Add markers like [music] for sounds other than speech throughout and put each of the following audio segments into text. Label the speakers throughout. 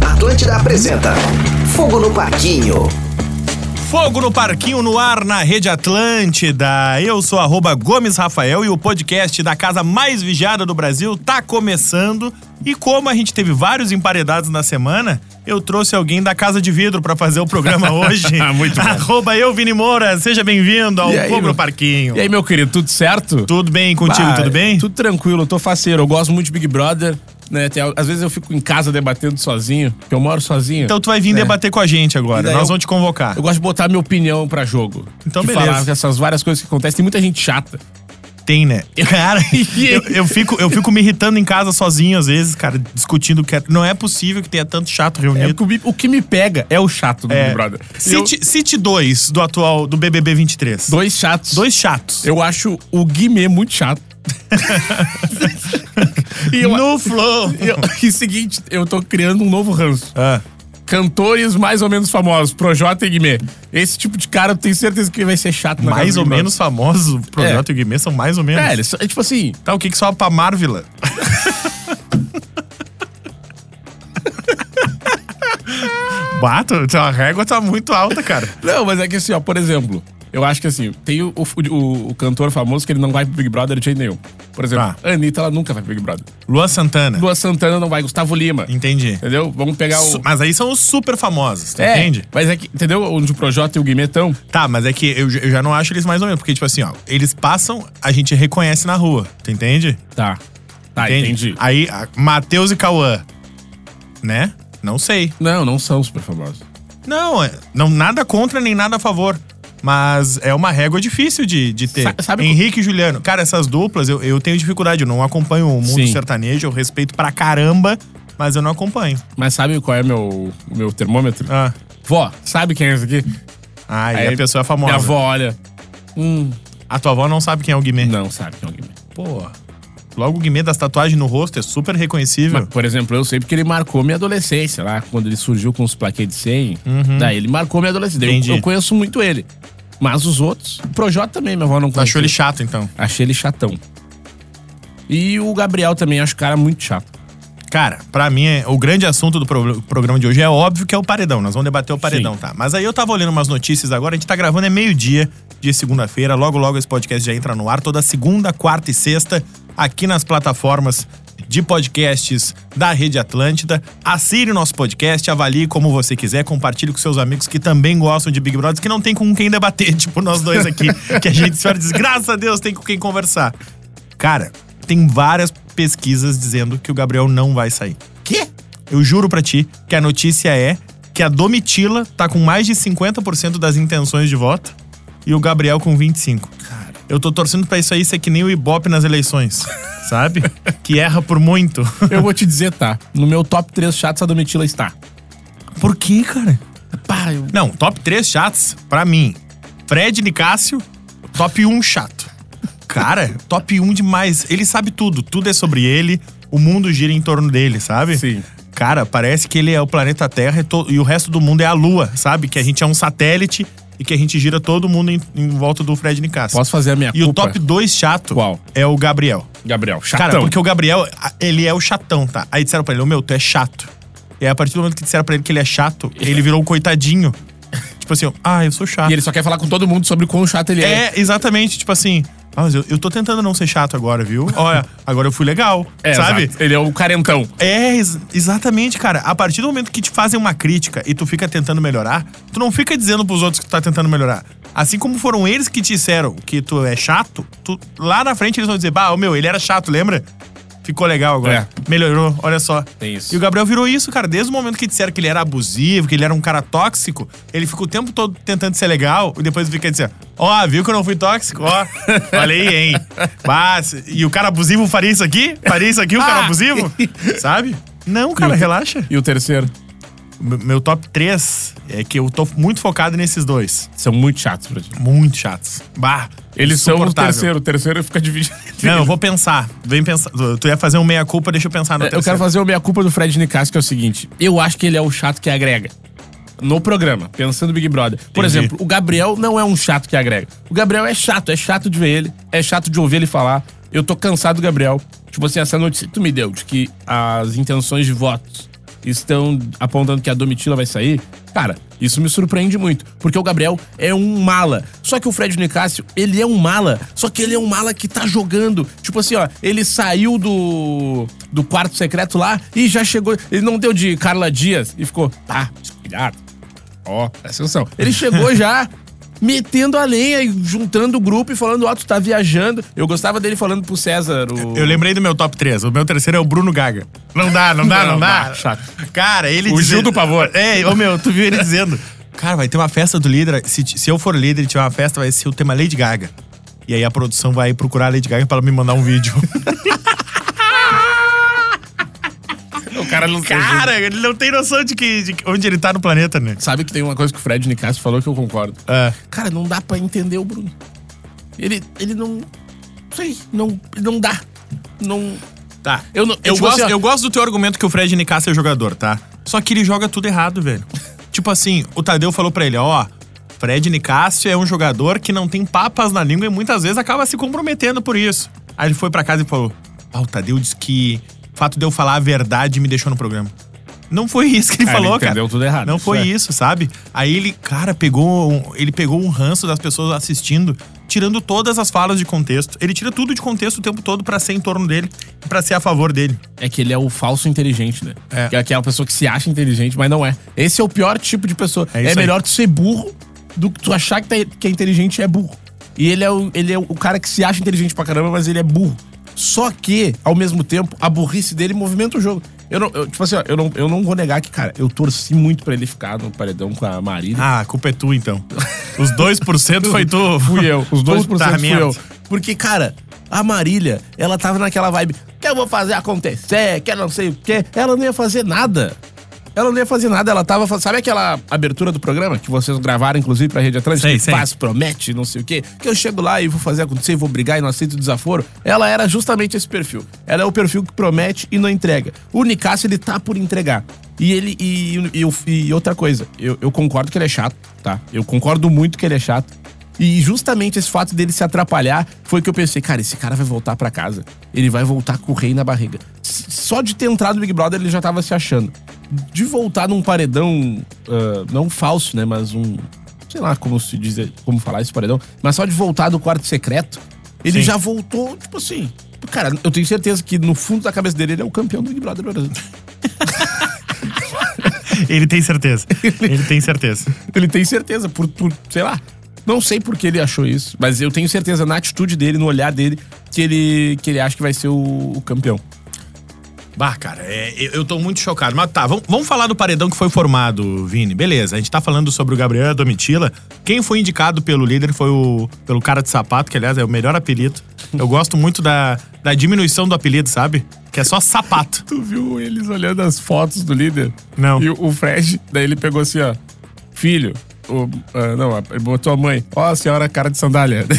Speaker 1: Atlântida apresenta Fogo no Parquinho.
Speaker 2: Fogo no Parquinho no ar na Rede Atlântida. Eu sou arroba Gomes Rafael e o podcast da casa mais vigiada do Brasil tá começando. E como a gente teve vários emparedados na semana, eu trouxe alguém da Casa de Vidro pra fazer o
Speaker 3: [laughs]
Speaker 2: programa hoje.
Speaker 3: Muito bom.
Speaker 2: Arroba eu, Vini Moura. Seja bem-vindo ao
Speaker 3: E aí,
Speaker 2: Fogo no
Speaker 3: meu-
Speaker 2: Parquinho.
Speaker 3: E aí, meu querido, tudo certo?
Speaker 2: Tudo bem contigo?
Speaker 3: Bah,
Speaker 2: tudo bem?
Speaker 3: Tudo tranquilo, eu tô faceiro. Eu gosto muito de Big Brother, né? Tem- às vezes eu fico em casa debatendo sozinho, porque eu moro sozinho.
Speaker 2: Então tu vai vir debater com a gente
Speaker 3: né? E
Speaker 2: agora.
Speaker 3: daí
Speaker 2: Nós
Speaker 3: eu-
Speaker 2: vamos te convocar.
Speaker 3: Eu gosto de botar minha opinião pra jogo.
Speaker 2: Então,
Speaker 3: de
Speaker 2: beleza.
Speaker 3: Falar essas várias coisas que acontecem. Tem muita gente chata.
Speaker 2: Tem,
Speaker 3: [laughs]
Speaker 2: né? Cara, [laughs] eu, eu fico, eu fico me irritando em casa sozinho às vezes, cara, discutindo que é- não é possível que tenha tanto chato
Speaker 3: É,
Speaker 2: reunido.
Speaker 3: o, que me, o que me pega é o chato do Big Brother. Eu-
Speaker 2: Cite, cite dois do atual, do BBB 23.
Speaker 3: dois chatos.
Speaker 2: Dois chatos.
Speaker 3: Eu acho o Guimê muito chato. e eu,
Speaker 2: No
Speaker 3: [laughs]
Speaker 2: flow.
Speaker 3: e eu- e seguinte, eu tô criando um novo ranço.
Speaker 2: Ah,
Speaker 3: cantores mais ou menos famosos, Projota e Guimê. Esse tipo de cara, eu tenho certeza que vai ser chato. na
Speaker 2: mais
Speaker 3: casa
Speaker 2: ou
Speaker 3: do Guimê.
Speaker 2: menos famosos, o Projota e o Guimê são mais ou menos.
Speaker 3: É, eles são- é tipo assim,
Speaker 2: Tá, o que que sobe pra
Speaker 3: [laughs]
Speaker 2: Marvila? Bato, a régua tá muito alta, cara.
Speaker 3: não, mas é que assim, ó, por exemplo, eu acho que assim, tem o, o- o- o cantor famoso que ele não vai pro Big Brother de jeito nenhum. Por exemplo,
Speaker 2: Tá.
Speaker 3: a Anitta, ela nunca vai pro Big Brother.
Speaker 2: Luan Santana.
Speaker 3: Lua Santana não vai, Gustavo Lima.
Speaker 2: Entendi.
Speaker 3: Entendeu? Vamos pegar
Speaker 2: Su-
Speaker 3: o.
Speaker 2: Mas aí são os super famosos, tu
Speaker 3: É,
Speaker 2: entende?
Speaker 3: Mas é que, entendeu? Onde o Projota e o Guimê estão.
Speaker 2: Tá, mas é que eu, j- eu já não acho eles mais ou menos, porque, tipo assim, ó, eles passam, a gente reconhece na rua, tu entende?
Speaker 3: Tá. Tá,
Speaker 2: Entende?
Speaker 3: entendi.
Speaker 2: Aí, a- Matheus e Cauã, né? Não sei.
Speaker 3: Não, não são super famosos.
Speaker 2: Não, é- não, nada contra nem nada a favor. Mas é uma régua difícil de, de ter.
Speaker 3: Sa- sabe co-
Speaker 2: Henrique e Juliano. Cara, essas duplas eu, eu tenho dificuldade. Eu não acompanho o mundo
Speaker 3: Sim.
Speaker 2: sertanejo. Eu respeito pra caramba, mas eu não acompanho.
Speaker 3: Mas sabe qual é meu, o meu termômetro?
Speaker 2: Ah,
Speaker 3: Vó, sabe quem é esse aqui?
Speaker 2: aí,
Speaker 3: Aí
Speaker 2: a pessoa é famosa.
Speaker 3: Minha avó olha. Hum,
Speaker 2: A tua avó não sabe quem é o Guimê.
Speaker 3: não sabe quem é o Guimê.
Speaker 2: Pô, logo o Guimê das tatuagens no rosto é super reconhecível.
Speaker 3: Mas, por exemplo, eu sei porque ele marcou minha adolescência lá, quando ele surgiu com os plaquetes de 100. Daí ele marcou minha adolescência. Daí
Speaker 2: Uhum. Entendi.
Speaker 3: Eu, eu conheço muito ele. Mas os outros, o Projota também, minha avó não
Speaker 2: Tu
Speaker 3: conhecia.
Speaker 2: achou ele chato, então?
Speaker 3: Achei ele chatão. E o Gabriel também, acho o cara muito chato.
Speaker 2: Cara, pra mim, é- o grande assunto do pro- programa de hoje é óbvio que é o paredão. Nós vamos debater o paredão, tá? Mas aí eu tava olhando umas notícias agora, a gente tá gravando é meio-dia de segunda-feira. Logo, logo esse podcast já entra no ar, toda segunda, quarta e sexta, aqui nas plataformas de podcasts da Rede Atlântida. Assine o nosso podcast, avalie como você quiser, compartilhe com seus amigos que também gostam de Big Brother, que não tem com quem debater, [laughs] tipo nós dois aqui, que a gente só diz, graças a Deus, tem com quem conversar. Cara, tem várias pesquisas dizendo que o Gabriel não vai sair.
Speaker 3: Quê?
Speaker 2: Eu juro pra ti que a notícia é que a Domitila tá com mais de 50% das intenções de voto e o Gabriel com 25. Cara, eu tô torcendo pra isso aí ser que nem o Ibope nas eleições, [laughs] sabe? que erra por muito.
Speaker 3: Eu vou te dizer, tá? No meu top 3 chatos, a Domitila está.
Speaker 2: Por quê, cara?
Speaker 3: Pá, eu...
Speaker 2: Não, top 3 chatos, pra mim. Fred Nicásio, top 1 chato. Cara, top 1 demais. Ele sabe tudo, tudo é sobre ele, o mundo gira em torno dele, sabe?
Speaker 3: Sim.
Speaker 2: Cara, parece que ele é o planeta Terra e, to- e o resto do mundo é a Lua, sabe? Que a gente é um satélite e que a gente gira todo mundo em, em volta do Fred Nicásio.
Speaker 3: Posso fazer a minha
Speaker 2: E
Speaker 3: culpa?
Speaker 2: o top 2 chato
Speaker 3: Qual?
Speaker 2: é o Gabriel.
Speaker 3: Gabriel, chatão.
Speaker 2: Cara, porque o Gabriel, a- ele é o chatão, tá? Aí disseram pra ele, ô meu, tu é chato. E aí, a partir do momento que disseram pra ele que ele é chato, ele virou um
Speaker 3: [laughs]
Speaker 2: coitadinho. Tipo assim, ah, eu sou chato.
Speaker 3: E ele só quer falar com todo mundo sobre o quão chato ele
Speaker 2: É,
Speaker 3: é.
Speaker 2: exatamente, tipo assim, ah, mas eu, eu tô tentando não ser chato agora, viu? Olha, agora eu fui legal, sabe?
Speaker 3: exato. Ele é o carentão.
Speaker 2: É, ex- exatamente, cara. A partir do momento que te fazem uma crítica e tu fica tentando melhorar, tu não fica dizendo pros outros que tu tá tentando melhorar. Assim como foram eles que te disseram que tu é chato, tu- lá na frente eles vão dizer, bah, ô meu, ele era chato, lembra? Ficou legal agora. Melhorou, olha só.
Speaker 3: É. Tem isso.
Speaker 2: E o Gabriel virou isso, cara. Desde o momento que disseram que ele era abusivo, que ele era um cara tóxico, ele fica o tempo todo tentando ser legal e depois fica dizendo, ó, viu que eu não fui tóxico?
Speaker 3: [laughs]
Speaker 2: Ó, falei, hein? Mas, e o cara abusivo faria isso aqui? Faria isso aqui, o cara
Speaker 3: [laughs]
Speaker 2: abusivo? Sabe? Não, cara,
Speaker 3: Ah! E o-
Speaker 2: relaxa.
Speaker 3: E o terceiro?
Speaker 2: M- Meu top 3 é que eu tô muito focado nesses dois.
Speaker 3: São muito chatos pra ti.
Speaker 2: Muito chatos. Bah,
Speaker 3: Eles são o
Speaker 2: insuportável.
Speaker 3: terceiro. O terceiro fica dividido. entre
Speaker 2: Não, eu
Speaker 3: eles.
Speaker 2: vou pensar. Vem pensar. Tu tu ia fazer um meia-culpa, deixa eu pensar no
Speaker 3: É, Eu quero fazer o meia-culpa do Fred Nicasso, que é o seguinte. Eu acho que ele é o chato que agrega. No programa, pensando no Big Brother. Por
Speaker 2: Entendi.
Speaker 3: exemplo, o Gabriel não é um chato que agrega. O Gabriel é chato, é chato de ver ele, é chato de ouvir ele falar. Eu tô cansado do Gabriel. Tipo assim, essa notícia que tu me deu de que as intenções de votos estão apontando que a Domitila vai sair. Cara, isso me surpreende muito, porque o Gabriel é um mala. Só que o Fred Nicásio, ele é um mala, só que ele é um mala que tá jogando. Tipo assim, ó, ele saiu do, do quarto secreto lá e já chegou. Ele não deu de Carla Dias e ficou, tá, cuidado. Ó, presta atenção. Ele chegou já metendo a lenha e juntando o grupo e falando, ó, tu tá viajando. Eu gostava dele falando pro César, o...
Speaker 2: Eu lembrei do meu top 3. O meu terceiro é o Bruno Gaga. Não dá, não dá, não,
Speaker 3: Não
Speaker 2: dá.
Speaker 3: dá, chato.
Speaker 2: Cara, ele
Speaker 3: O Gil do
Speaker 2: Pavor. É, ô meu, tu viu ele dizendo. Cara, vai ter uma festa do líder. Se, ti- se eu for líder e tiver uma festa, vai ser o tema Lady Gaga. E aí a produção vai procurar a Lady Gaga pra ela me mandar um vídeo.
Speaker 3: [laughs] O cara não
Speaker 2: Cara, ele não tem noção de, que, de que- onde ele tá no planeta, né?
Speaker 3: Sabe que tem uma coisa que o Fred Nicasso falou que eu concordo.
Speaker 2: É.
Speaker 3: Cara, não dá pra entender o Bruno. Ele, ele não. Não sei, não, não dá. Não.
Speaker 2: Tá.
Speaker 3: Eu não-
Speaker 2: eu,
Speaker 3: tipo
Speaker 2: gosto,
Speaker 3: assim, ó.
Speaker 2: eu gosto do teu argumento que o Fred Nicasso é jogador, tá? Só que ele joga tudo errado,
Speaker 3: [laughs]
Speaker 2: velho. tipo assim, o Tadeu falou pra ele, ó. Fred Nicásio é um jogador que não tem papas na língua e muitas vezes acaba se comprometendo por isso. Aí ele foi pra casa e falou: Ah, o Tadeu disse que o fato de eu falar a verdade me deixou no programa. Não foi isso que ele
Speaker 3: Ah, ele
Speaker 2: falou, cara.
Speaker 3: entendeu tudo errado,
Speaker 2: Não
Speaker 3: isso
Speaker 2: foi
Speaker 3: é.
Speaker 2: isso, sabe? Aí ele, cara, pegou um, ele pegou um ranço das pessoas assistindo, tirando todas as falas de contexto. Ele tira tudo de contexto o tempo todo pra ser em torno dele, pra ser a favor dele.
Speaker 3: É que ele é o falso inteligente, né?
Speaker 2: É.
Speaker 3: Que é aquela pessoa que se acha inteligente, mas não é. Esse é o pior tipo de pessoa.
Speaker 2: É
Speaker 3: É,
Speaker 2: isso aí.
Speaker 3: melhor tu ser burro do que tu achar que, tá- que é inteligente e é burro. E ele é, o, ele é o cara que se acha inteligente pra caramba, mas ele é burro. Só que, ao mesmo tempo, a burrice dele movimenta o jogo. Eu não, eu- tipo assim, ó, eu não, eu não vou negar que, cara, eu torci muito pra ele ficar no paredão com a Marília.
Speaker 2: Ah, a culpa é tu então. Os
Speaker 3: [laughs]
Speaker 2: 2% foi tu.
Speaker 3: Fui eu. Os dois por
Speaker 2: Puta
Speaker 3: cento fui
Speaker 2: merda.
Speaker 3: eu. Porque, cara, a Marília, ela tava naquela vibe que eu vou fazer acontecer, que eu não sei o quê. Ela não ia fazer nada. Ela não ia fazer nada, ela tava. fa- Sabe aquela abertura do programa que vocês gravaram, inclusive, pra Rede Atlântica?
Speaker 2: Sei,
Speaker 3: Que
Speaker 2: sei.
Speaker 3: Faz, promete, não sei o quê. Que eu chego lá e vou fazer acontecer, vou brigar e não aceito desaforo. Ela era justamente esse perfil. Ela é o perfil que promete e não entrega. O Nicasso, ele tá por entregar. E ele. E, e, e- e outra coisa, eu, eu concordo que ele é chato, tá? Eu concordo muito que ele é chato. E justamente esse fato dele se atrapalhar foi que eu pensei, cara, esse cara vai voltar pra casa. Ele vai voltar com o rei na barriga. S- Só de ter entrado no Big Brother ele já tava se achando. De voltar num paredão, ah, não falso, né, mas um, sei lá como se dizer, como falar esse paredão, mas só de voltar do quarto secreto, ele
Speaker 2: Sim.
Speaker 3: já voltou, tipo assim, cara, eu tenho certeza que no fundo da cabeça dele ele é o campeão do Big Brother Brasil. [laughs]
Speaker 2: Ele tem
Speaker 3: [laughs]
Speaker 2: certeza. Ele tem certeza.
Speaker 3: Ele tem certeza, por, por sei lá. Não sei por que ele achou isso, mas eu tenho certeza na atitude dele, no olhar dele, que ele, que ele acha que vai ser o, o campeão.
Speaker 2: Bah, cara, é, eu, eu tô muito chocado. Mas tá, vamos, vamos falar do paredão que foi formado, Vini. Beleza, a gente tá falando sobre o Gabriel e a Domitila. Quem foi indicado pelo líder foi o pelo cara de sapato, que aliás é o melhor apelido. Eu gosto muito da, da diminuição do apelido, sabe? Que é só
Speaker 3: [laughs]
Speaker 2: sapato.
Speaker 3: Tu viu eles olhando as fotos do líder?
Speaker 2: Não.
Speaker 3: E o, o Fred, daí ele pegou assim, ó. Filho, o, ah, não, ah, ele botou a mãe. Ó, a senhora cara de sandália. [laughs]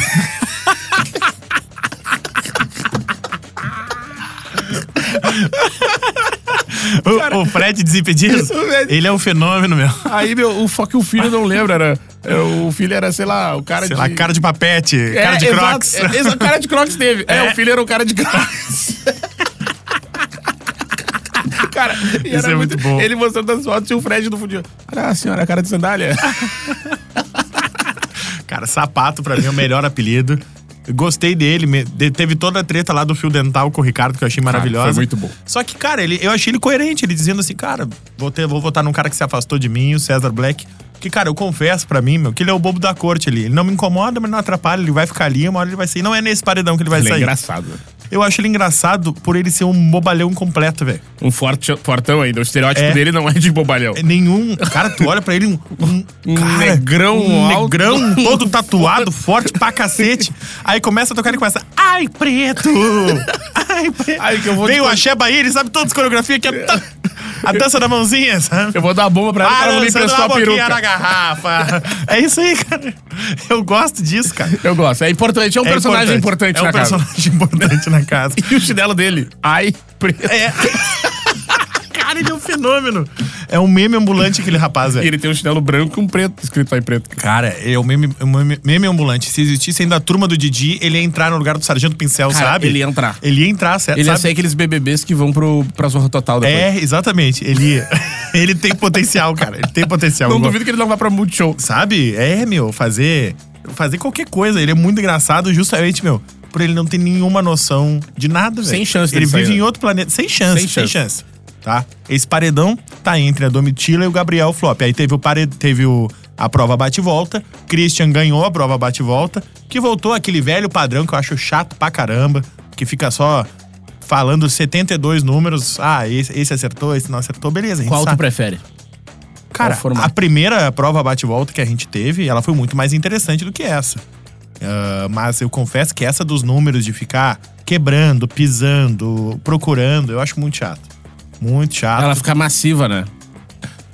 Speaker 2: O, o Fred desimpedido,
Speaker 3: Fred-
Speaker 2: ele é um fenômeno, meu.
Speaker 3: Aí, meu, o, só que o filho não lembra, era. é, O filho era, sei lá, o cara
Speaker 2: Sei
Speaker 3: de.
Speaker 2: lá, cara de papete,
Speaker 3: É,
Speaker 2: cara de
Speaker 3: exato,
Speaker 2: crocs.
Speaker 3: é, exato, cara de Crocs teve. É, o filho era o cara de Crocs. [laughs] Cara, e
Speaker 2: Isso
Speaker 3: era
Speaker 2: é muito bom.
Speaker 3: Ele mostrando as fotos e o Fred no fundo. Olha a senhora, cara de [laughs] sandália.
Speaker 2: Cara, sapato pra mim é o melhor [laughs] apelido. Eu Gostei dele, me- de- teve toda a treta lá do fio dental com o Ricardo, que eu achei maravilhosa.
Speaker 3: foi muito bom.
Speaker 2: Só que, cara, ele, eu achei ele coerente, ele dizendo assim, cara, vou, ter, vou votar num cara que se afastou de mim, o César Black. Que, cara, eu confesso pra mim, meu, que ele é o bobo da corte ali. Ele não me incomoda, mas não atrapalha, ele vai ficar ali, uma hora ele vai sair. Não é nesse paredão que ele vai
Speaker 3: Ele é
Speaker 2: sair.
Speaker 3: engraçado.
Speaker 2: eu acho ele engraçado por ele ser um bobalhão completo, velho.
Speaker 3: Um forte, fortão ainda. O estereótipo
Speaker 2: É.
Speaker 3: dele não é de bobalhão.
Speaker 2: É Nenhum. Cara, tu olha pra ele um. um,
Speaker 3: Um
Speaker 2: cara,
Speaker 3: negrão
Speaker 2: um
Speaker 3: alto.
Speaker 2: negrão todo tatuado, forte pra cacete. Aí começa a tocar e começa. Ai, preto! Ai, preto!
Speaker 3: Ai, que eu vou
Speaker 2: Vem
Speaker 3: te
Speaker 2: o
Speaker 3: con-
Speaker 2: Axé Bahia, ele sabe todas as coreografias que é. ta- A dança da mãozinha, sabe?
Speaker 3: Eu vou dar a bomba pra ele,
Speaker 2: Ah,
Speaker 3: cara, vou lhe
Speaker 2: dançando
Speaker 3: emprestar
Speaker 2: na
Speaker 3: a
Speaker 2: boquinha na
Speaker 3: peruca.
Speaker 2: garrafa. É isso aí, cara. Eu gosto disso, cara.
Speaker 3: Eu gosto. É importante. É um
Speaker 2: É
Speaker 3: personagem importante,
Speaker 2: É um
Speaker 3: na casa.
Speaker 2: personagem importante na casa.
Speaker 3: [laughs]
Speaker 2: [laughs]
Speaker 3: E o chinelo dele. Ai, preto.
Speaker 2: É. Cara, ele é um é fenômeno. É um meme ambulante aquele rapaz,
Speaker 3: E
Speaker 2: velho.
Speaker 3: ele tem um chinelo branco e um preto, escrito lá em preto.
Speaker 2: Cara, é o meme, o meme, meme ambulante. Se existisse ainda a turma do Didi, ele ia entrar no lugar do Sargento Pincel,
Speaker 3: Cara,
Speaker 2: sabe?
Speaker 3: ele ia entrar.
Speaker 2: Ele ia entrar, certo?
Speaker 3: Ele ia
Speaker 2: sabe?
Speaker 3: ser aqueles BBBs que vão pro, pra Zorra Total depois.
Speaker 2: É, exatamente. Ele, [laughs] ele tem potencial, cara. Ele tem potencial.
Speaker 3: Não
Speaker 2: Eu-
Speaker 3: duvido que ele não vá pra Multishow.
Speaker 2: Sabe? É, meu, fazer. Fazer qualquer coisa. Ele é muito engraçado, justamente, meu, por ele não ter nenhuma noção de nada, velho.
Speaker 3: Sem chance
Speaker 2: Ele
Speaker 3: dele
Speaker 2: vive
Speaker 3: sair,
Speaker 2: em
Speaker 3: né?
Speaker 2: outro planeta. Sem chance, sem
Speaker 3: Sem
Speaker 2: chance.
Speaker 3: chance.
Speaker 2: Tá? Esse paredão tá entre a Domitila e o Gabriel Flop. Aí teve o pare... teve o... a prova bate-volta. Christian ganhou a prova bate-volta. Que voltou aquele velho padrão que eu acho chato pra caramba. Que fica só falando 72 números. Ah, esse, esse acertou, esse não acertou. Beleza, a gente
Speaker 3: Qual
Speaker 2: sabe.
Speaker 3: tu prefere?
Speaker 2: Cara,
Speaker 3: Qual o formato?
Speaker 2: a primeira prova bate-volta que a gente teve, ela foi muito mais interessante do que essa. Ah, mas eu confesso que essa dos números de ficar quebrando, pisando, procurando, eu acho muito chato. Muito chato.
Speaker 3: Ela fica massiva, né?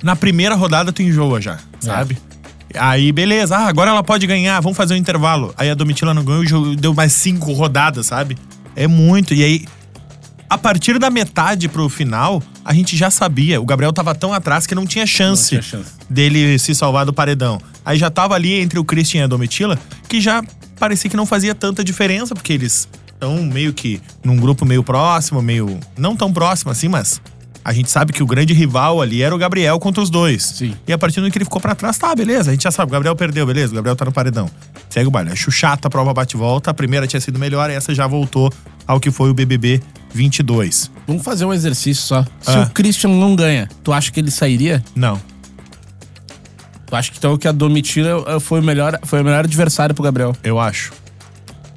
Speaker 2: Na primeira rodada tu enjoa
Speaker 3: É.
Speaker 2: já, sabe? Aí, beleza, ah, agora ela pode ganhar, vamos fazer um intervalo. Aí a Domitila não ganhou, o jogo deu mais cinco rodadas, sabe? É muito. E aí, a partir da metade pro final, a gente já sabia. O Gabriel tava tão atrás que não tinha chance,
Speaker 3: Não tinha chance.
Speaker 2: dele se salvar do paredão. Aí já tava ali entre o Christian e a Domitila, que já parecia que não fazia tanta diferença, porque eles estão meio que num grupo meio próximo, meio. não tão próximo assim, mas. A gente sabe que o grande rival ali era o Gabriel contra os dois.
Speaker 3: Sim.
Speaker 2: E a partir do momento que ele ficou pra trás, tá, beleza. A gente já sabe, o Gabriel perdeu, beleza. O Gabriel tá no paredão. Segue o baile. Acho chata a prova bate-volta. A primeira tinha sido melhor, essa já voltou ao que foi o BBB 22.
Speaker 3: Vamos fazer um exercício só. Se
Speaker 2: Ah.
Speaker 3: o Christian não ganha, tu acha que ele sairia?
Speaker 2: Não.
Speaker 3: Tu acha que então que a Domitila eh, foi o melhor, foi o melhor adversário pro Gabriel?
Speaker 2: Eu acho.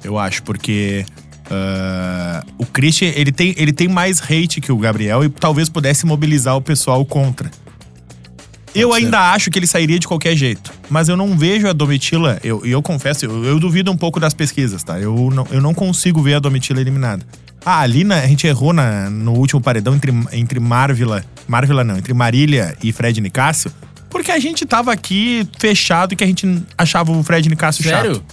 Speaker 2: Eu acho, porque. ah, o Christian, ele tem, ele tem mais hate que o Gabriel e talvez pudesse mobilizar o pessoal contra. Eu ainda acho que ele sairia de qualquer jeito. Mas eu não vejo a Domitila. eu- E eu, confesso, eu, eu duvido um pouco das pesquisas, tá? Eu não, eu não consigo ver a Domitila eliminada. Ah, ali na- a gente errou na- no último paredão entre, entre Marvila. Marvila não, entre Marília e Fred Nicásio. Porque a gente tava aqui fechado que a gente achava o Fred Nicásio chato.
Speaker 3: Sério?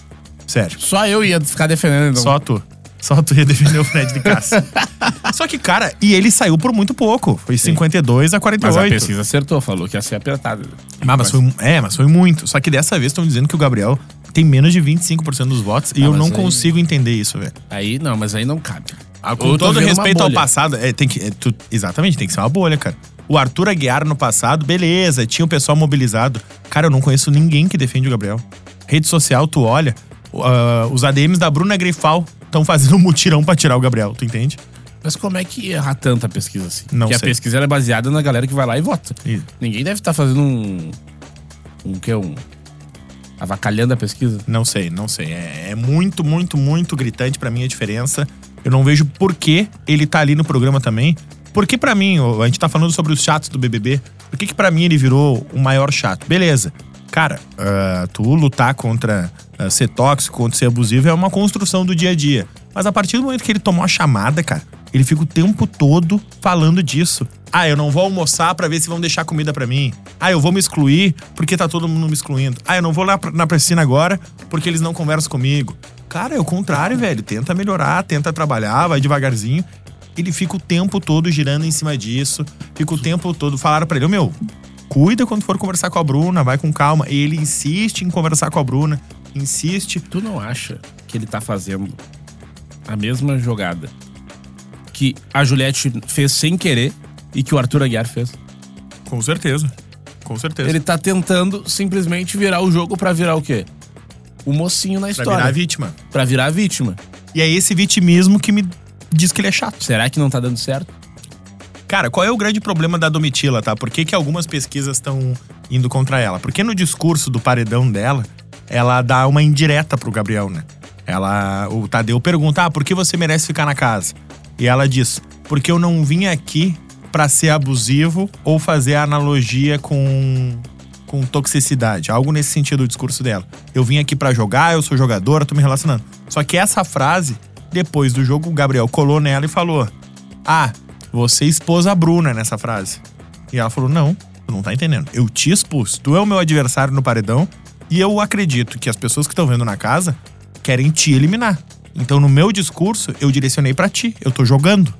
Speaker 2: Sério.
Speaker 3: Só eu ia ficar defendendo. Então.
Speaker 2: Só tu. Só tu ia defender o Fred de Cássio. [laughs] Só que, cara, e ele saiu por muito pouco. Foi 52 a
Speaker 3: Mas
Speaker 2: 48.
Speaker 3: a pesquisa acertou, falou que ia ser apertado.
Speaker 2: Ah, mas
Speaker 3: um-
Speaker 2: foi, é, mas foi muito. Só que dessa vez estão dizendo que o Gabriel tem menos de 25% dos votos e
Speaker 3: Ah,
Speaker 2: eu
Speaker 3: mas
Speaker 2: não
Speaker 3: aí-
Speaker 2: consigo entender isso, velho.
Speaker 3: Aí não, mas aí não cabe.
Speaker 2: Com todo respeito ao passado, é, tem que, é, tu- exatamente, tem que ser uma bolha, cara. O Arthur Aguiar no passado, beleza, tinha o pessoal mobilizado. Cara, eu não conheço ninguém que defende o Gabriel. Rede social, tu olha, ah, os ADMs da Bruna Grifal estão fazendo um mutirão pra tirar o Gabriel, tu entende?
Speaker 3: Mas como é que ia errar tanta pesquisa assim?
Speaker 2: Não
Speaker 3: Porque
Speaker 2: sei.
Speaker 3: a pesquisa era baseada na galera que vai lá e vota.
Speaker 2: Isso.
Speaker 3: Ninguém deve estar fazendo um. Um que? Um. Avacalhando a pesquisa.
Speaker 2: Não sei, não sei. É, é muito, muito, muito gritante pra mim a diferença. Eu não vejo por que ele tá ali no programa também. Porque pra mim, ó, a gente tá falando sobre os chatos do BBB. Por que que pra mim ele virou o maior chato? Beleza. Cara, ah, tu lutar contra ah, ser tóxico, contra ser abusivo é uma construção do dia a dia. Mas a partir do momento que ele tomou a chamada, cara, ele fica o tempo todo falando disso. Ah, eu não vou almoçar pra ver se vão deixar comida pra mim. Ah, eu vou me excluir porque tá todo mundo me excluindo. Ah, eu não vou lá pra- na piscina agora porque eles não conversam comigo. Cara, é o contrário, velho. Tenta melhorar, tenta trabalhar, vai devagarzinho. Ele fica o tempo todo girando em cima disso. Fica o tempo todo. Falaram pra ele, "Ô, meu, cuida quando for conversar com a Bruna, vai com calma. E ele insiste em conversar com a Bruna, insiste.
Speaker 3: Tu não acha que ele tá fazendo a mesma jogada que a Juliette fez sem querer e que o Arthur Aguiar fez?
Speaker 2: Com certeza. Com certeza.
Speaker 3: Ele tá tentando simplesmente virar o jogo pra virar o quê? O mocinho na
Speaker 2: Pra
Speaker 3: história.
Speaker 2: virar vítima.
Speaker 3: Pra virar a vítima.
Speaker 2: E é esse vitimismo que me diz que ele é chato.
Speaker 3: Será que não tá dando certo?
Speaker 2: Cara, qual é o grande problema da Domitila, tá? Por que, que algumas pesquisas estão indo contra ela? Porque no discurso do paredão dela, ela dá uma indireta pro Gabriel, né? Ela. O Tadeu pergunta: ah, por que você merece ficar na casa? E ela diz: porque eu não vim aqui pra ser abusivo ou fazer a analogia com. com toxicidade. Algo nesse sentido o discurso dela. Eu vim aqui pra jogar, eu sou jogadora, tô me relacionando. Só que essa frase, depois do jogo, o Gabriel colou nela e falou: ah, você expôs a Bruna nessa frase. E ela falou: Não, tu não tá entendendo. Eu te expus. Tu é o meu adversário no paredão. E eu acredito que as pessoas que estão vendo na casa querem te eliminar. Então, no meu discurso, eu direcionei pra ti. Eu tô jogando.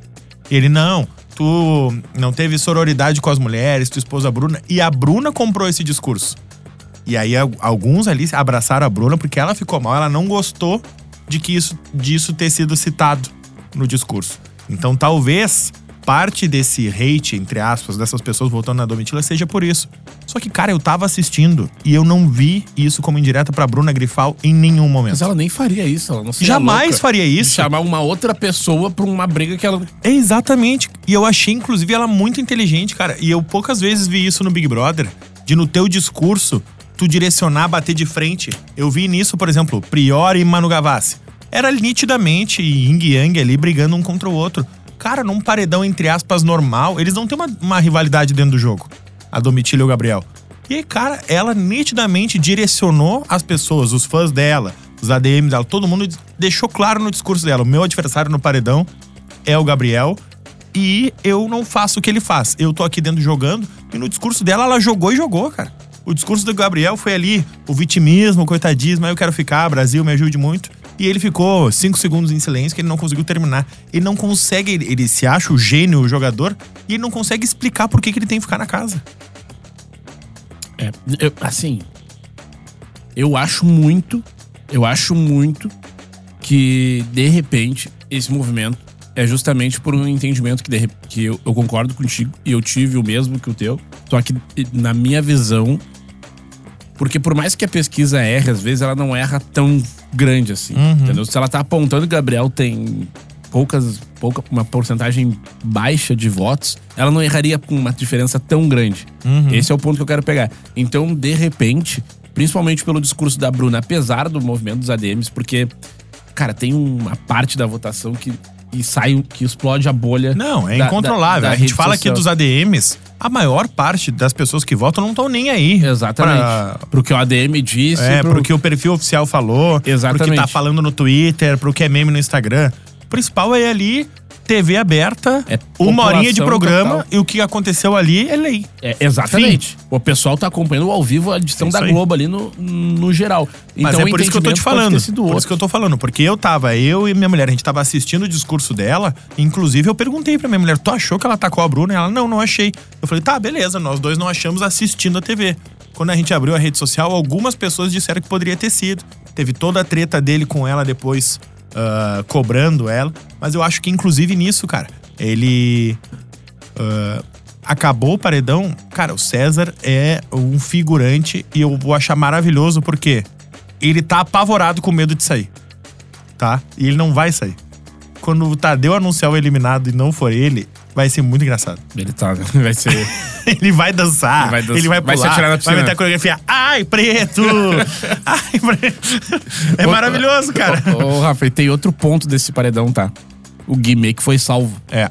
Speaker 2: E ele: Não, tu não teve sororidade com as mulheres, tu expôs a Bruna. E a Bruna comprou esse discurso. E aí al- alguns ali abraçaram a Bruna porque ela ficou mal, ela não gostou de que isso disso ter sido citado no discurso. Então talvez parte desse hate entre aspas dessas pessoas voltando na Domitila seja por isso. Só que cara, eu tava assistindo e eu não vi isso como indireta pra Bruna Grifal em nenhum
Speaker 3: Mas
Speaker 2: momento.
Speaker 3: ela nem faria isso, ela não seria
Speaker 2: Jamais
Speaker 3: louca
Speaker 2: faria
Speaker 3: de
Speaker 2: isso.
Speaker 3: Chamar uma outra pessoa pra uma briga que ela.
Speaker 2: É, exatamente. E eu achei, inclusive, ela muito inteligente, cara. E eu poucas vezes vi isso no Big Brother. De no teu discurso, tu direcionar, bater de frente. Eu vi nisso, por exemplo, Prior e Manu Gavassi. Era nitidamente Ying e Yang ali brigando um contra o outro. Cara, num paredão, entre aspas, normal, eles não têm uma, uma rivalidade dentro do jogo. A Domitila e o Gabriel. E aí, cara, ela nitidamente direcionou as pessoas, os fãs dela, os ADMs dela, todo mundo deixou claro no discurso dela. O meu adversário no paredão é o Gabriel e eu não faço o que ele faz. Eu tô aqui dentro jogando e no discurso dela ela jogou e jogou, cara. O discurso do Gabriel foi ali o vitimismo, o coitadismo, aí eu quero ficar, Brasil, me ajude muito. E ele ficou cinco segundos em silêncio que ele não conseguiu terminar. Ele não consegue, ele- ele se acha o gênio, o jogador, e ele não consegue explicar por que, que ele tem que ficar na casa.
Speaker 3: É, eu- assim. Eu acho muito. Eu acho muito que, de repente, esse movimento é justamente por um entendimento que, de rep- que eu, eu concordo contigo e eu tive o mesmo que o teu. Só que, e- na minha visão. Porque por mais que a pesquisa erre, às vezes ela não erra tão grande assim.
Speaker 2: Uhum.
Speaker 3: Entendeu? Se ela tá apontando que o Gabriel tem poucas. Pouca, uma porcentagem baixa de votos, ela não erraria com uma diferença tão grande.
Speaker 2: Uhum.
Speaker 3: Esse é o ponto que eu quero pegar. Então, de repente, principalmente pelo discurso da Bruna, apesar do movimento dos ADMs, porque, cara, tem uma parte da votação que, que sai, que explode a bolha.
Speaker 2: Não, é
Speaker 3: da-
Speaker 2: incontrolável.
Speaker 3: da- da
Speaker 2: a gente
Speaker 3: rede
Speaker 2: fala
Speaker 3: social.
Speaker 2: aqui dos ADMs, a maior parte das pessoas que votam não estão nem aí.
Speaker 3: Exatamente.
Speaker 2: pra-
Speaker 3: Pro que o ADM disse.
Speaker 2: É,
Speaker 3: pro-
Speaker 2: pro que o perfil oficial falou, pro que
Speaker 3: Exatamente.
Speaker 2: tá falando no Twitter, pro que é meme no Instagram. O principal é ali, TV aberta,
Speaker 3: É
Speaker 2: uma horinha de
Speaker 3: população
Speaker 2: programa
Speaker 3: total.
Speaker 2: e o que aconteceu ali é lei.
Speaker 3: É, exatamente. O pessoal tá acompanhando ao vivo a
Speaker 2: É
Speaker 3: edição
Speaker 2: isso
Speaker 3: da
Speaker 2: aí.
Speaker 3: Globo ali no, no geral.
Speaker 2: Mas
Speaker 3: Então,
Speaker 2: é
Speaker 3: o
Speaker 2: por isso que eu tô te
Speaker 3: entendimento pode
Speaker 2: falando.
Speaker 3: ter sido
Speaker 2: Por
Speaker 3: outro.
Speaker 2: isso que eu tô falando. Porque eu tava, eu e minha mulher, a gente tava assistindo o discurso dela. Inclusive, eu perguntei pra minha mulher, tu achou que ela tacou a Bruna? Ela, não, não achei. Eu falei, tá, beleza, nós dois não achamos assistindo a TV. Quando a gente abriu a rede social, algumas pessoas disseram que poderia ter sido. Teve toda a treta dele com ela depois, ah, cobrando ela. Mas eu acho que, inclusive, nisso, cara, ele acabou o paredão, cara, o César é um figurante e eu vou achar maravilhoso porque ele tá apavorado com medo de sair, tá? E ele não vai sair. Quando o Tadeu anunciar o eliminado e não for ele, vai ser muito engraçado. [laughs]
Speaker 3: Ele tá. [laughs] Vai ser.
Speaker 2: Ele vai dançar,
Speaker 3: Ele
Speaker 2: ele vai,
Speaker 3: vai dançar, vai
Speaker 2: pular,
Speaker 3: se atirar na piscina.
Speaker 2: vai meter a coreografia. Ai, [laughs] preto! Ai, preto! [laughs] É maravilhoso, cara.
Speaker 3: Ô, ô, Rafa, e tem outro ponto desse paredão, tá? O Guimê que foi salvo
Speaker 2: É.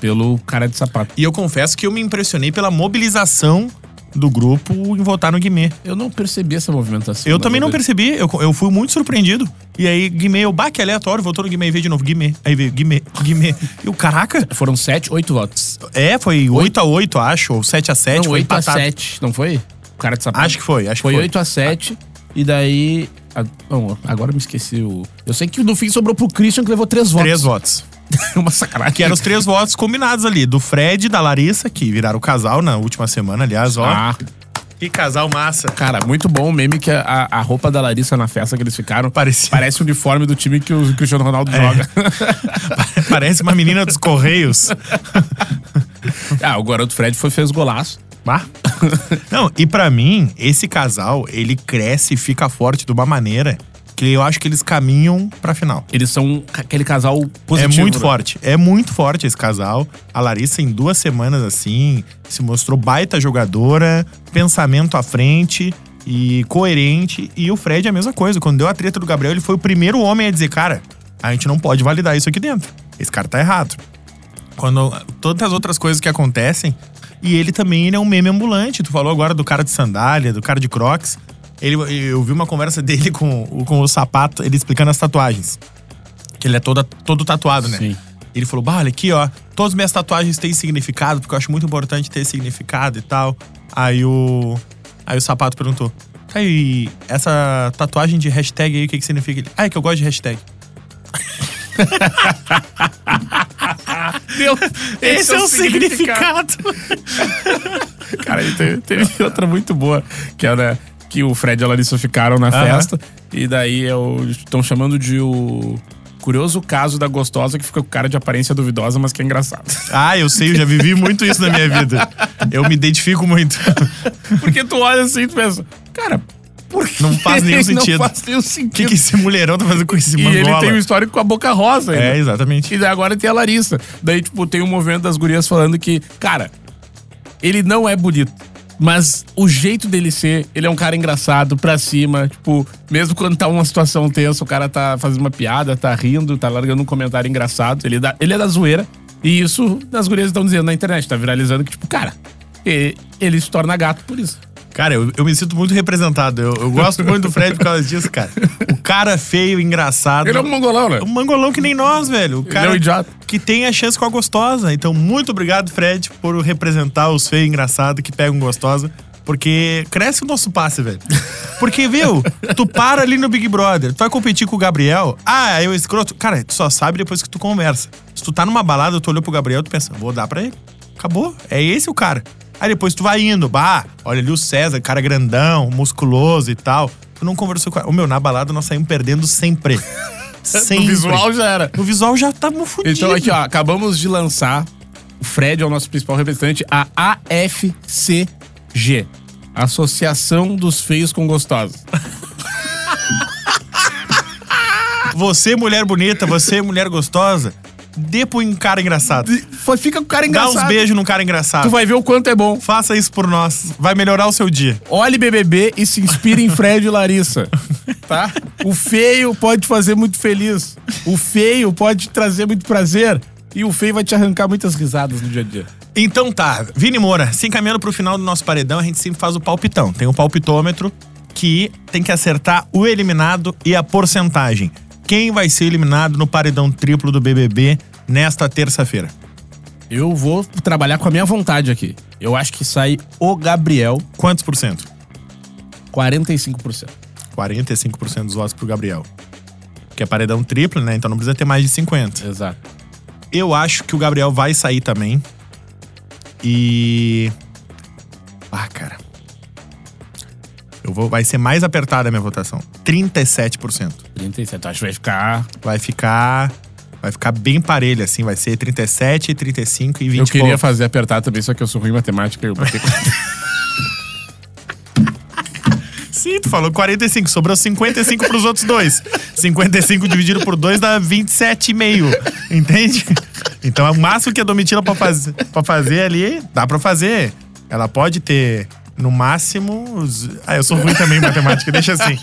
Speaker 3: pelo cara de sapato.
Speaker 2: [laughs] E eu confesso que eu me impressionei pela mobilização do grupo em votar no Guimê.
Speaker 3: Eu não percebi essa movimentação.
Speaker 2: Eu
Speaker 3: na
Speaker 2: também não
Speaker 3: verdade.
Speaker 2: percebi, eu, eu fui muito surpreendido. E aí, Guimê, eu, bah, que aleatório, voltou no Guimê e veio de novo, Guimê. Aí veio Guimê, Guimê. E o caraca,
Speaker 3: Foram 7, 8 votos.
Speaker 2: é, foi 8x8, acho, ou 7x7,
Speaker 3: Não,
Speaker 2: foi
Speaker 3: 8 a
Speaker 2: empatado.
Speaker 3: 7, não foi? O cara de sapato.
Speaker 2: Acho que foi, acho
Speaker 3: Foi
Speaker 2: que foi.
Speaker 3: 8 a 7 e daí... a- bom, agora eu me esqueci o... Eu sei que no fim sobrou pro Christian que levou 3 votos.
Speaker 2: Três votos.
Speaker 3: [laughs] Uma sacanagem.
Speaker 2: Que eram os três votos combinados ali, do Fred e da Larissa, que viraram casal na última semana, aliás, ó.
Speaker 3: Ah,
Speaker 2: Que casal massa.
Speaker 3: cara, muito bom o meme que a, a roupa da Larissa na festa que eles ficaram
Speaker 2: Parecia.
Speaker 3: parece o uniforme do time que o Cristiano
Speaker 2: É.
Speaker 3: Ronaldo joga.
Speaker 2: [laughs]
Speaker 3: [laughs]
Speaker 2: Parece uma menina dos Correios.
Speaker 3: ah, o garoto Fred foi, fez golaço.
Speaker 2: Bah. [laughs] Não, e pra mim, esse casal, ele cresce e fica forte de uma maneira que eu acho que eles caminham pra final.
Speaker 3: Eles são um, aquele casal positivo.
Speaker 2: É muito
Speaker 3: né?
Speaker 2: forte. É muito forte esse casal. A Larissa, em duas semanas assim, se mostrou baita jogadora, pensamento à frente e coerente. E o Fred é a mesma coisa. Quando deu a treta do Gabriel, ele foi o primeiro homem a dizer: cara, a gente não pode validar isso aqui dentro. Esse cara tá errado. Quando todas as outras coisas que acontecem. E ele também ele é um meme ambulante. Tu falou agora do cara de sandália, do cara de crocs. Ele, eu vi uma conversa [laughs] dele com, o- com o sapato, ele explicando as tatuagens. Que ele é toda, todo tatuado, né?
Speaker 3: Sim.
Speaker 2: Ele falou: Bah, olha aqui, ó, todas as minhas tatuagens têm significado, porque eu acho muito importante ter significado e tal. Aí o. Aí o sapato perguntou: Tá, e essa tatuagem de hashtag aí, o que, que significa? Ele, ah, é que eu gosto de hashtag.
Speaker 3: Deus,
Speaker 2: [laughs] Esse, é o significado.
Speaker 3: Cara, e teve, teve [laughs] outra muito boa, que era que o Fred e a Larissa ficaram na
Speaker 2: Aham.
Speaker 3: festa. E daí estão chamando de o curioso caso da gostosa que fica com cara de aparência duvidosa, mas que é engraçado.
Speaker 2: Ah, eu sei, eu já vivi muito isso na minha vida. Eu me identifico muito.
Speaker 3: Porque tu olha assim e tu pensa, cara, por que?
Speaker 2: Não faz nenhum sentido.
Speaker 3: [laughs] Não faz nenhum
Speaker 2: O que,
Speaker 3: sentido.
Speaker 2: que esse mulherão tá fazendo com esse
Speaker 3: e ele
Speaker 2: mangola?
Speaker 3: tem um histórico com a boca rosa ainda.
Speaker 2: É, exatamente.
Speaker 3: E daí agora tem a Larissa. Daí, tipo, tem um movimento das gurias falando que, cara, ele não é bonito. Mas o jeito dele ser, ele é um cara engraçado pra cima. Tipo, mesmo quando tá uma situação tensa, o cara tá fazendo uma piada, tá rindo, tá largando um comentário engraçado. Ele, dá, ele é da zoeira. E isso as gurias estão dizendo na internet, tá viralizando que, tipo, cara, e- ele se torna gato por isso.
Speaker 2: Cara, eu, eu me sinto muito representado. Eu, eu gosto muito do Fred por causa disso, cara. O cara feio, engraçado.
Speaker 3: Ele é um mongolão, né?
Speaker 2: É um mangolão que nem nós, velho. O cara
Speaker 3: é um idiota.
Speaker 2: que tem a chance com a gostosa. Então, muito obrigado, Fred, por representar os feios engraçados que pegam gostosa. Porque cresce o nosso passe, velho. Porque, viu, tu para ali no Big Brother, tu vai competir com o Gabriel. Ah, eu escroto. Cara, tu só sabe depois que tu conversa. Se tu tá numa balada, tu olhou pro Gabriel, tu pensa, vou dar pra ele. Acabou. É esse o cara. Aí depois tu vai indo, bah, olha ali o César, cara grandão, musculoso e tal. Tu não conversou com. O meu, na balada nós saímos perdendo sempre. sempre.
Speaker 3: No visual já era.
Speaker 2: O visual já tá fudido.
Speaker 3: Então aqui, ó, acabamos de lançar, o Fred é o nosso principal representante, a AFCG. Associação dos Feios com Gostosos.
Speaker 2: Você, mulher bonita, você, mulher gostosa, dê pro um cara engraçado.
Speaker 3: Foi- Fica com o cara
Speaker 2: Dá
Speaker 3: engraçado.
Speaker 2: uns beijos num cara engraçado.
Speaker 3: Tu vai ver o quanto é bom.
Speaker 2: Faça isso por nós. Vai melhorar o seu dia.
Speaker 3: Olhe BBB e se inspire em [laughs] Fred e Larissa. Tá? O feio pode te fazer muito feliz. O feio pode te trazer muito prazer. E o feio vai te arrancar muitas risadas no dia a dia.
Speaker 2: Então tá, Vini Moura, se encaminhando pro final do nosso paredão, a gente sempre faz o palpitão. Tem o palpitômetro que tem que acertar o eliminado e a porcentagem. Quem vai ser eliminado no paredão triplo do BBB nesta terça-feira?
Speaker 3: Eu vou trabalhar com a minha vontade aqui. Eu acho que sai o Gabriel
Speaker 2: Quantos por cento?
Speaker 3: 45%.
Speaker 2: 45% dos votos pro Gabriel. Que é paredão triplo, né? Então não precisa ter mais de 50.
Speaker 3: Exato.
Speaker 2: Eu acho que o Gabriel vai sair também. E. Ah, cara. Eu vou... Vai ser mais apertada a minha votação. 37%.
Speaker 3: 37. Então, Acho que vai ficar.
Speaker 2: Vai ficar. Vai ficar bem parelho, assim. Vai ser 37, 35 e 20
Speaker 3: eu queria
Speaker 2: pontos.
Speaker 3: fazer apertar também, só que eu sou ruim em matemática. Eu botei...
Speaker 2: [laughs] Sim, tu falou 45. Sobrou 55 pros outros dois. 55 dividido por dois dá 27,5. Entende? Então é o máximo que a Domitila pra, faz, pra fazer ali, dá pra fazer. Ela pode ter, no máximo. os- Ah, eu sou ruim também em matemática, deixa assim.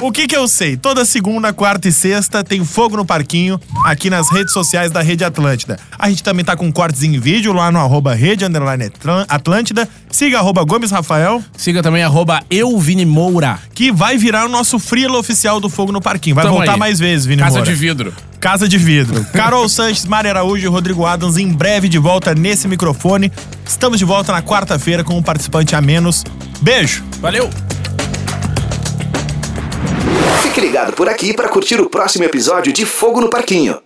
Speaker 2: O que que eu sei? Toda segunda, quarta e sexta tem Fogo no Parquinho aqui nas redes sociais da Rede Atlântida. A gente também tá com cortes em vídeo lá no arroba Rede Underline Atlan- Atlântida. Siga arroba Gomes Rafael
Speaker 3: Siga também arroba euvinimeira.
Speaker 2: que vai virar o nosso freela oficial do Fogo no Parquinho. Vai
Speaker 3: Tamo
Speaker 2: voltar
Speaker 3: aí.
Speaker 2: mais vezes, Vini
Speaker 3: Casa
Speaker 2: Moura.
Speaker 3: de vidro.
Speaker 2: Casa de Vidro. [laughs] Carol Sanches, Mari Araújo e Rodrigo Adams em breve de volta nesse microfone. Estamos de volta na quarta-feira com um participante a menos. Beijo!
Speaker 3: Valeu!
Speaker 1: Fique ligado por aqui para curtir o próximo episódio de Fogo no Parquinho.